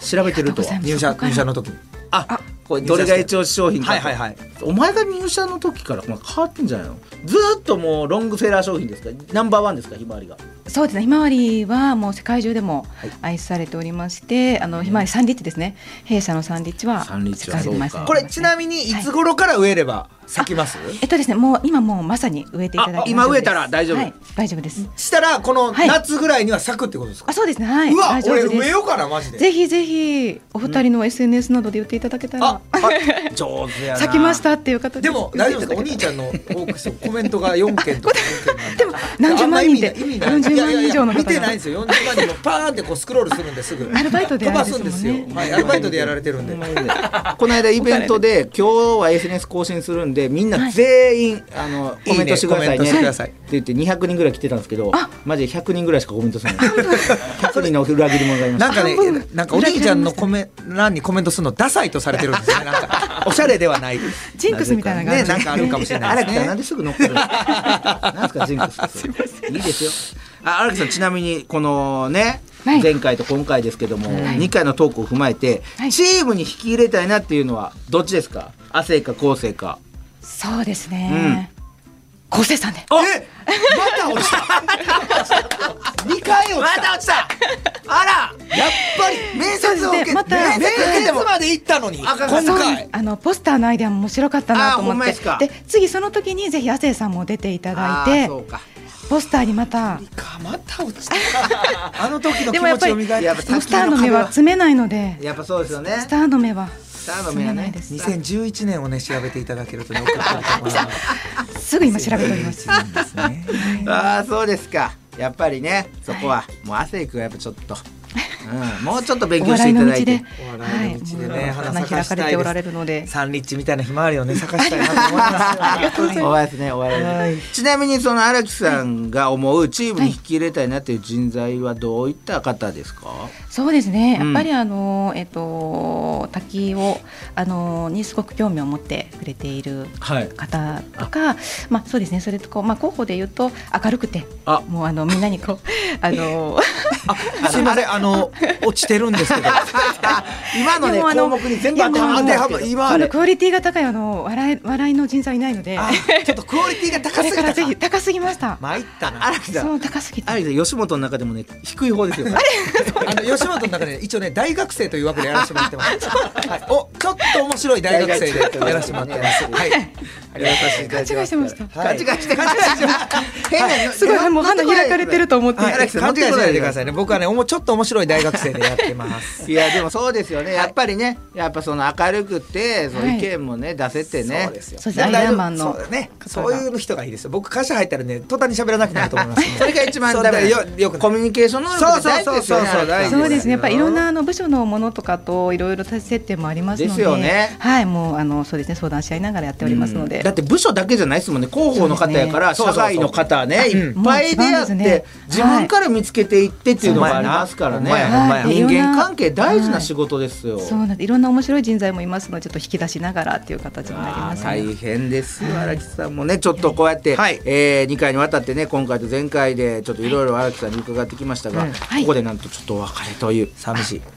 Speaker 1: 調べてるとは
Speaker 5: ありがとうございます
Speaker 2: 入社入社の時に
Speaker 1: あこれどれが一押し商品か
Speaker 2: はいはいはい
Speaker 1: お前が入社の時からまあ変わってんじゃないのずーっともうロングセラー商品ですかナンバーワンですかひまわりが
Speaker 5: そうですね。ひまわりはもう世界中でも愛されておりまして、あのひまわりサンリッチですね。弊社のサンリッチは
Speaker 1: サンリッチは
Speaker 5: 世界中でも愛さ
Speaker 1: そうか
Speaker 2: こ
Speaker 5: れてお
Speaker 2: れ
Speaker 5: ります
Speaker 2: ちなみにいつ頃から植えれば咲きます
Speaker 5: えっとですね、もう今もうまさに植えていただいて
Speaker 1: あ今
Speaker 5: 大丈
Speaker 1: 植
Speaker 5: 夫です
Speaker 1: えたら大丈夫
Speaker 5: はい、大丈夫です。
Speaker 2: したらこの
Speaker 5: はい
Speaker 2: 夏ぐらいには咲くってことですか。
Speaker 5: あ、そうですね。はいう
Speaker 2: わ
Speaker 5: 大丈
Speaker 2: 俺
Speaker 5: 夫です
Speaker 2: 植えようかなマジで
Speaker 5: ぜひぜひお二人の SNS などで言っていただけた
Speaker 2: あ
Speaker 5: ら、
Speaker 2: あ上手やな
Speaker 5: 咲きましたっていう方
Speaker 2: でも大丈夫ですかお兄ちゃんのオークションコメントが4件とか
Speaker 5: でも何十万人
Speaker 2: あ
Speaker 5: で
Speaker 2: んま意味ない意味ない
Speaker 5: 40万人以上の方が
Speaker 2: いやいやいや見てないんですよ40万人もパーンってこうスクロールするんですぐ
Speaker 5: アルバイトで
Speaker 2: 飛ば
Speaker 5: やられて
Speaker 2: すん
Speaker 5: る
Speaker 2: で
Speaker 5: んですす
Speaker 2: よ
Speaker 5: もんね
Speaker 2: はいアルバイトでやられてるんで
Speaker 1: こ の間イベントで今日は SNS 更新するんでみんな全員、あのコメントしてください
Speaker 2: コメント
Speaker 1: ね
Speaker 2: してください
Speaker 1: って言って200人ぐらい来てたんですけどマジで100人ぐらいしかコメントする ない100人の裏切り者がいま
Speaker 2: なん
Speaker 1: し
Speaker 2: かね
Speaker 5: 半分、
Speaker 2: なんかお兄ちゃんのコメ欄にコメントするのダサいとされてるんですよね。なんかおしゃれではない。
Speaker 5: ジンクスみたいなのがある
Speaker 2: ねなんかあるかもしれ
Speaker 1: た
Speaker 2: ない
Speaker 1: 荒
Speaker 2: で
Speaker 1: 木さん
Speaker 2: すね
Speaker 1: なんですぐ乗っかるなんですかジンク スいいですよあ荒木さんちなみにこのね、
Speaker 5: はい
Speaker 1: 前回と今回ですけども、
Speaker 5: はい
Speaker 1: 2回のトークを踏まえて、
Speaker 5: はい
Speaker 1: チームに引き入れたいなっていうのはどっちですか亜生か昴生か
Speaker 5: そうですね。高生さんで。
Speaker 2: え、また落ちた。二回落ちた。また落ちた。あら、やっぱり面接を受け、
Speaker 5: そうですねまた
Speaker 2: 面接まで行ったのに今
Speaker 1: あかんかった
Speaker 5: そうなんで
Speaker 2: 回
Speaker 5: す。あのポスターのアイデアも面白かったなと思
Speaker 1: あーほんま
Speaker 5: っ
Speaker 1: で
Speaker 5: て
Speaker 1: すか
Speaker 5: で次その時にぜひ亜生さんも出ていただ
Speaker 1: あー
Speaker 5: い
Speaker 1: そ
Speaker 5: て
Speaker 1: うか
Speaker 5: ポスターにまた
Speaker 2: かまた落ちた。 あの時の気
Speaker 5: でもや
Speaker 2: 持
Speaker 5: っ
Speaker 2: ち
Speaker 5: ぱり
Speaker 2: を磨い
Speaker 1: や
Speaker 2: て
Speaker 1: っぱ。
Speaker 5: ポスターの目は詰めないので
Speaker 1: やっぱそうですよね
Speaker 5: ポスターの目は
Speaker 1: スターの目は
Speaker 5: 詰めない
Speaker 1: ね
Speaker 5: です
Speaker 2: 2011年をね調べていただけるとね送ってくれると思います
Speaker 5: すぐ今調べております
Speaker 2: 2011ですね。
Speaker 1: ああそうですかやっぱりねそこはもう亜生君はやっぱちょっと、うん、もうちょっと勉
Speaker 5: お
Speaker 1: 強して
Speaker 5: 笑
Speaker 1: い
Speaker 5: い
Speaker 1: ただ
Speaker 5: の
Speaker 1: いて
Speaker 5: 道で
Speaker 2: お笑いの道でね、
Speaker 5: はい
Speaker 2: 花
Speaker 5: 花
Speaker 2: 咲か
Speaker 5: 開
Speaker 2: した
Speaker 5: か
Speaker 2: いで
Speaker 5: れ
Speaker 2: す
Speaker 5: ておられるので
Speaker 2: サンリッチみたいなひまわりをね咲かしたいなと思いますよ。
Speaker 1: お笑いですねお笑いですねちなみにその荒木さんが思うチームに引き入れたいなっていう人材はどういった方ですか、
Speaker 5: そうですね
Speaker 1: う
Speaker 5: や
Speaker 1: ん
Speaker 5: っぱりあの、えっと滝をあのにすごく興味を持ってくれている
Speaker 1: はい
Speaker 5: 方とかまあそうですねそれとこうまあ候補で言うと明るくて
Speaker 1: あ
Speaker 5: もうあのみんなにこうあの
Speaker 2: あのあれあの落ちてるんですけど
Speaker 1: 今の
Speaker 5: で
Speaker 1: ね
Speaker 5: もあ
Speaker 1: 項
Speaker 5: の
Speaker 1: 目に全部当てはま
Speaker 2: いやも
Speaker 1: っ
Speaker 2: う
Speaker 1: てる
Speaker 2: もう
Speaker 1: けど
Speaker 2: 今あ
Speaker 5: こ
Speaker 2: れ
Speaker 5: のクオリティが高いあの笑い笑いの人材いないので
Speaker 2: あちょっとクオリティが
Speaker 5: こ
Speaker 2: 高
Speaker 5: れ
Speaker 2: すぎ
Speaker 5: か
Speaker 2: た
Speaker 5: らぜ
Speaker 2: か
Speaker 5: ひ高すぎました
Speaker 2: 参ったな
Speaker 1: 荒木さ
Speaker 5: そ
Speaker 1: ん
Speaker 5: う高すぎて
Speaker 1: 荒木さん吉本の中でもね低い方ですよ
Speaker 2: あの吉本の中でね一応ね大学生という枠でやらせてもらってます。はい、おちょっと面白い大学生でやらせてもらってます。はい。ありがとうござい
Speaker 5: 勘違いしてました
Speaker 2: はい
Speaker 1: 勘違いして勘違いして変な
Speaker 5: すごいもう花開かれてると思って
Speaker 2: はい、荒木さ
Speaker 1: 乗っ
Speaker 2: ん、勘違
Speaker 1: て
Speaker 2: い
Speaker 1: こ
Speaker 2: し
Speaker 1: ないで
Speaker 2: ないでくださいね。僕はね、おもちょっと面白い大学生でやってます。
Speaker 1: いやでもそうですよねやっぱりねやっぱその明るくてその意見もね出せてね
Speaker 2: そうですよ。
Speaker 5: そうですアイアンマンの
Speaker 2: そうだね。そういう人がいいですよ。僕、会社入ったらね、途端に喋らなくなると思いますんで。
Speaker 1: それが一番
Speaker 2: そう
Speaker 1: ダメ
Speaker 2: よよく
Speaker 1: コミュニケーションの
Speaker 2: そうそうそうそう
Speaker 5: そうですね、やっぱりいろん
Speaker 1: な
Speaker 5: なあの部署のものとかといろいろ接点もありますので、
Speaker 1: ですよね
Speaker 5: はい、もうあのそうですね相談し合いながらやっておりますので、
Speaker 1: だって部署だけじゃないですもんね広報の方やから、
Speaker 2: そう
Speaker 1: 社
Speaker 2: です
Speaker 1: 外
Speaker 2: ね
Speaker 1: の方ね
Speaker 2: そうそうそう
Speaker 1: いっぱい出会って、
Speaker 5: うんもう違うんですね
Speaker 1: 自分から見つけていってっていうのがありますからね、
Speaker 2: はいほんまや
Speaker 5: はい
Speaker 1: 人
Speaker 5: いろん
Speaker 1: 間
Speaker 5: な
Speaker 1: 関係大事な仕事ですよ、
Speaker 5: そうなんでいろんな面白い人材もいますのでちょっと引き出しながらっていう形になりますね。
Speaker 1: 大変ですよ荒木さんもねちょっとこうやって、
Speaker 2: はい
Speaker 1: え2回にわたってね今回と前回でちょっといろいろ荒木さんに伺ってきましたが、
Speaker 5: うんはい
Speaker 1: ここでなんとちょっとお別れという
Speaker 2: 寂しい。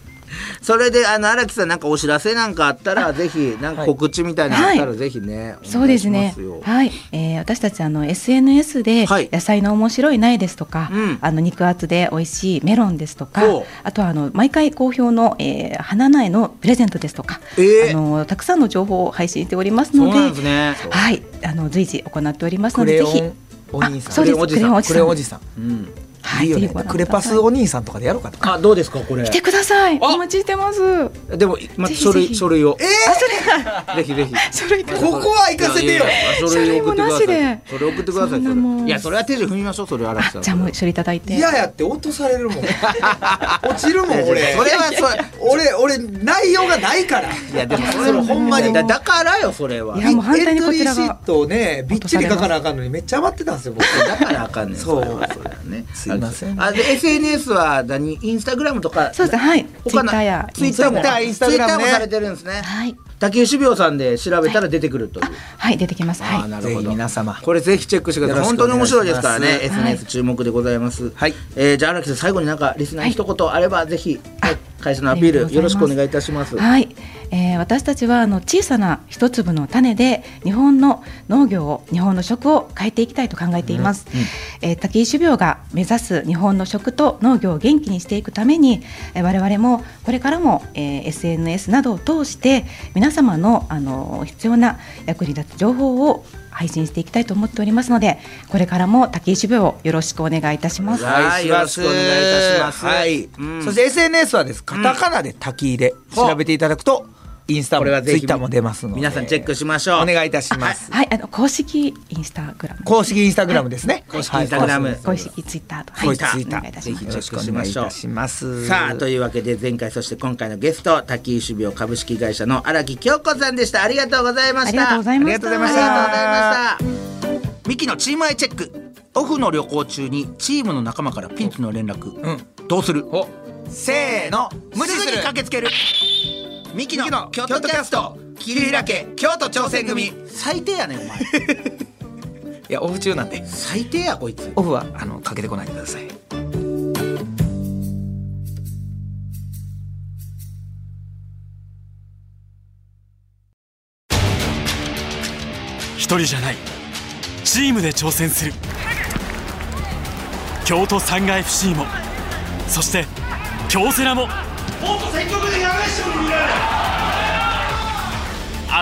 Speaker 1: それであの荒木さんなんかお知らせなんかあったらぜひなんか告知みたいなのあったらぜひね、お
Speaker 5: そう
Speaker 1: 願
Speaker 5: で
Speaker 1: いし
Speaker 5: す
Speaker 1: ま
Speaker 5: ね
Speaker 1: すよ。
Speaker 5: はい、えー、私たちあの SNS で
Speaker 1: はい
Speaker 5: 野菜の面白い苗ですとか、
Speaker 1: うん
Speaker 5: あの肉厚で美味しいメロンですとか
Speaker 1: ほう、
Speaker 5: あとはあの毎回好評の、えー、花苗のプレゼントですとか、
Speaker 1: えー
Speaker 5: あのたくさんの情報を配信しております
Speaker 1: そう
Speaker 5: の
Speaker 1: なんで
Speaker 5: で
Speaker 1: す、ね。
Speaker 5: はい、あの随時行っております
Speaker 2: ク
Speaker 5: ので
Speaker 2: レ
Speaker 5: ぜ
Speaker 2: ヨ
Speaker 5: ひ
Speaker 2: ンお兄さん。
Speaker 5: あそうです
Speaker 2: クレヨンおじさん。クレヨンおじさん。
Speaker 1: うん。
Speaker 5: はい
Speaker 2: いよ
Speaker 5: ぜ
Speaker 2: ね。
Speaker 5: ひご覧ください
Speaker 2: クレパスお兄さんとかでやろうかと。
Speaker 1: あどうですかこれ
Speaker 5: 来。てください。お待ちしてます。
Speaker 1: でもま
Speaker 5: ぜひぜ
Speaker 1: 書
Speaker 5: ひ
Speaker 1: 類書類を。ええ ぜひぜひ。
Speaker 5: 書類から
Speaker 2: ここは行かせてよ
Speaker 1: いや いや書類送ってくださ
Speaker 5: 書類もないし。で
Speaker 1: それ送ってください。
Speaker 5: そんなも
Speaker 1: それ
Speaker 5: ん
Speaker 1: いやそれは手順踏みましょうそれ荒木さ
Speaker 5: あ、
Speaker 1: ん。
Speaker 5: じゃあもう書類いただいて。。
Speaker 2: 嫌やって落とされるもん 落ちるもん
Speaker 1: いやいや
Speaker 2: 俺
Speaker 1: それはそれ
Speaker 2: 俺俺内容がないから
Speaker 1: いやでもそ
Speaker 2: そ
Speaker 1: れ
Speaker 2: れ
Speaker 1: も
Speaker 2: も
Speaker 1: ほ
Speaker 2: ほ
Speaker 1: ん
Speaker 2: ん
Speaker 1: ま
Speaker 2: ま
Speaker 1: に
Speaker 2: に
Speaker 1: だだからよそれはい
Speaker 5: やもう反対にこちらが
Speaker 2: エントリーシートをねびっちり書かなあかんのにめっちゃ余ってたんですよ僕
Speaker 1: だからあかんねん。
Speaker 2: そう
Speaker 1: れはそれはね。
Speaker 2: すいません
Speaker 1: あで SNS は何インスタグラムとか。
Speaker 5: そうですねはい。ツイ
Speaker 1: 他
Speaker 5: ッ
Speaker 1: の
Speaker 5: ターや
Speaker 1: ツイッターも
Speaker 5: インスタ
Speaker 2: インスタグ
Speaker 5: グラ
Speaker 2: ラムね
Speaker 1: ツイッターもされてるんですね
Speaker 5: ム。はい。
Speaker 1: 竹内病さんで調べたら出てくるという。
Speaker 5: はい出てきます。
Speaker 1: あ
Speaker 5: は
Speaker 1: あ
Speaker 5: い。
Speaker 1: なる
Speaker 2: ぜ
Speaker 1: ほ
Speaker 2: ひ
Speaker 1: ど。
Speaker 2: 皆様
Speaker 1: これぜひチェックしてください。
Speaker 2: よろ
Speaker 1: 本
Speaker 2: しく
Speaker 1: 当
Speaker 2: お
Speaker 1: に
Speaker 2: 願
Speaker 1: 面白いです
Speaker 2: いします
Speaker 1: からね。
Speaker 2: はい
Speaker 1: SNS 注目でございます。
Speaker 2: はい
Speaker 1: えーじゃあ荒木さん最後になんかリスナーに一言あればぜひはい会社のアピ
Speaker 5: ありが
Speaker 1: ー
Speaker 5: と
Speaker 1: ル
Speaker 5: う
Speaker 1: よろ
Speaker 5: ご
Speaker 1: しく
Speaker 5: ざいます
Speaker 1: お願いいたします。
Speaker 5: はい、えー私たちはあの小さな一粒の種で日本の農業を日本の食を変えていきたいと考えています、えー竹井種苗が目指す日本の食と農業を元気にしていくために、えー我々もこれからも、えー SNS などを通して皆様のあの必要な役に立つ情報を配信していきたいと思っておりますのでこれからも竹井種苗をよろしくお願いいたします
Speaker 1: はい
Speaker 2: はい
Speaker 1: よろしくお願いいたします
Speaker 2: はい
Speaker 1: うん
Speaker 2: そして SNS はですカタカナで滝入れ調べていただくとインスタ
Speaker 1: こ
Speaker 2: も
Speaker 1: れは
Speaker 2: ツ
Speaker 1: ぜ
Speaker 2: イ
Speaker 1: ひ
Speaker 2: ッターも出ますので
Speaker 1: 皆さんチェックしましょう。
Speaker 2: お願いいたします
Speaker 5: はいあの公式インスタグラム
Speaker 2: 公式インスタグラムですね
Speaker 1: 公式インスタグラム
Speaker 2: はい
Speaker 5: 公式ツイッターと、
Speaker 2: 公式ツイッタ
Speaker 5: お願いい
Speaker 2: ー
Speaker 5: た
Speaker 2: ぜ
Speaker 5: し
Speaker 2: ひ
Speaker 5: ます
Speaker 2: チェックしましょうよろしくお願いいたします
Speaker 1: さあというわけで前回そして今回のゲスト滝井種苗株式会社の荒木京子さんでしたありがとうございました
Speaker 5: ありがとうございました
Speaker 1: ありがとうございましたありがとうございましたミキのチームアイチェックオフの旅行中にチームの仲間からピンチの連絡、
Speaker 2: う
Speaker 1: どうする
Speaker 2: せーの無視
Speaker 1: す
Speaker 2: す
Speaker 1: ぐに
Speaker 2: る
Speaker 1: 駆けつけるミキの
Speaker 2: ミキの
Speaker 1: 京都キャスト
Speaker 2: 桐平家京都挑戦組
Speaker 1: 最低やねんお前
Speaker 2: いやオフ中なんで
Speaker 1: 最低やこいつ
Speaker 2: オフはあのかけてこないでください
Speaker 6: 一人じゃないチームで挑戦する京都サンガ FC もそして京セラもあ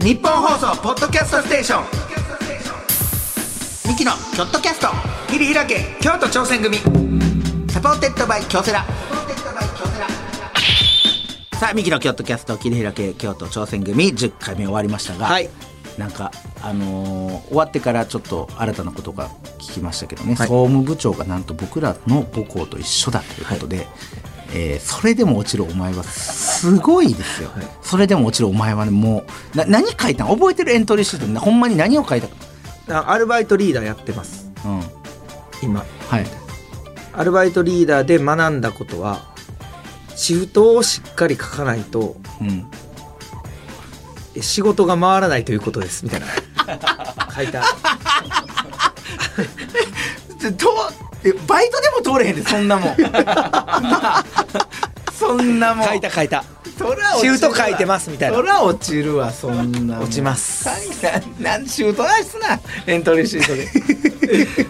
Speaker 1: 日本放送ポッドキャストステーションミキの京都キャスト
Speaker 2: 桐平家京都挑戦組
Speaker 1: サポーテッドバイ京セラさあミキの京都キャスト桐平家京都挑戦組10回目終わりましたが、
Speaker 2: はい
Speaker 1: なんか、あのー終わってからちょっと新たなことが聞きましたけどね、
Speaker 2: はい
Speaker 1: 総務部長がなんと僕らの母校と一緒だということで、えーそれでも落ちるお前はすごいですよ、それでも落ちるお前はねもうな何書いたん覚えてるエントリーシートにほんまに何を書いたか、
Speaker 2: あアルバイトリーダーやってます
Speaker 1: うんは
Speaker 2: 今
Speaker 1: い、
Speaker 2: アルバイトリーダーで学んだことはシフトをしっかり書かないと
Speaker 1: うん、
Speaker 2: え仕事が回らないということです みたいな書いた
Speaker 1: でどうえバイトでも通れへんでそんな もんそんなもん
Speaker 2: 書いた書いた
Speaker 1: そら落ち
Speaker 2: シ
Speaker 1: るわ
Speaker 2: フト書いてますみたいな
Speaker 1: そら落ちるわそんなもん
Speaker 2: 落ちます
Speaker 1: ななんシフトないっすなエントリーシート で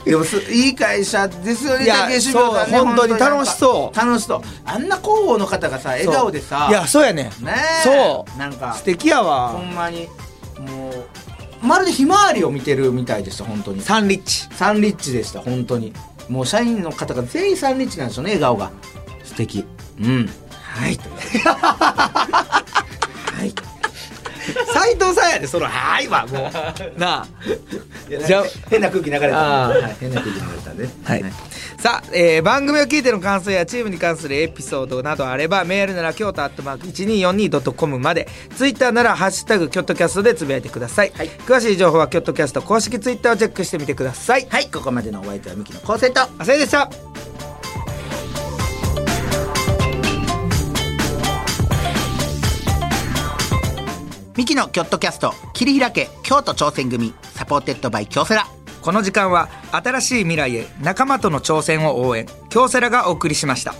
Speaker 1: でもすいい会社ですよね
Speaker 2: いや
Speaker 1: 竹修行さんね
Speaker 2: そう本当に楽しそう
Speaker 1: なんか楽しそうあんな広報の方がさ笑顔でさ
Speaker 2: いやそうやね
Speaker 1: ねえ
Speaker 2: そう
Speaker 1: なんか
Speaker 2: 素敵や
Speaker 1: ほ
Speaker 2: わ
Speaker 1: んまにもうまるでひまわりを見てるみたいでした本当に
Speaker 2: サンリッチ
Speaker 1: サンリッチでした本当にもう社員の方が全員サンリッチなんでしょうね笑顔が素敵うんはいということで
Speaker 2: 斎藤さんやでその「はーい」はもうなあ
Speaker 1: じ
Speaker 2: じ
Speaker 1: ゃ
Speaker 2: ゃ
Speaker 1: あ
Speaker 2: あ
Speaker 1: 変な空気流れたね、
Speaker 2: あー
Speaker 1: はい、変な空気流れたね
Speaker 2: はい、さあ、えー番組を聞いての感想やチームに関するエピソードなどあればメールなら京都アットマーク 1242.com までツイッターなら「ハッシュタグキョットキャスト」でつぶやいてください、詳しい情報はキョットキャスト公式ツイッターをチェックしてみてください
Speaker 1: はいここまでのお相手はミキの構成と
Speaker 2: あせいでした
Speaker 1: ミキのキョットキャスト切り開け京都挑戦組サポーテッドバイ京セラ
Speaker 2: この時間は新しい未来へ仲間との挑戦を応援京セラがお送りしました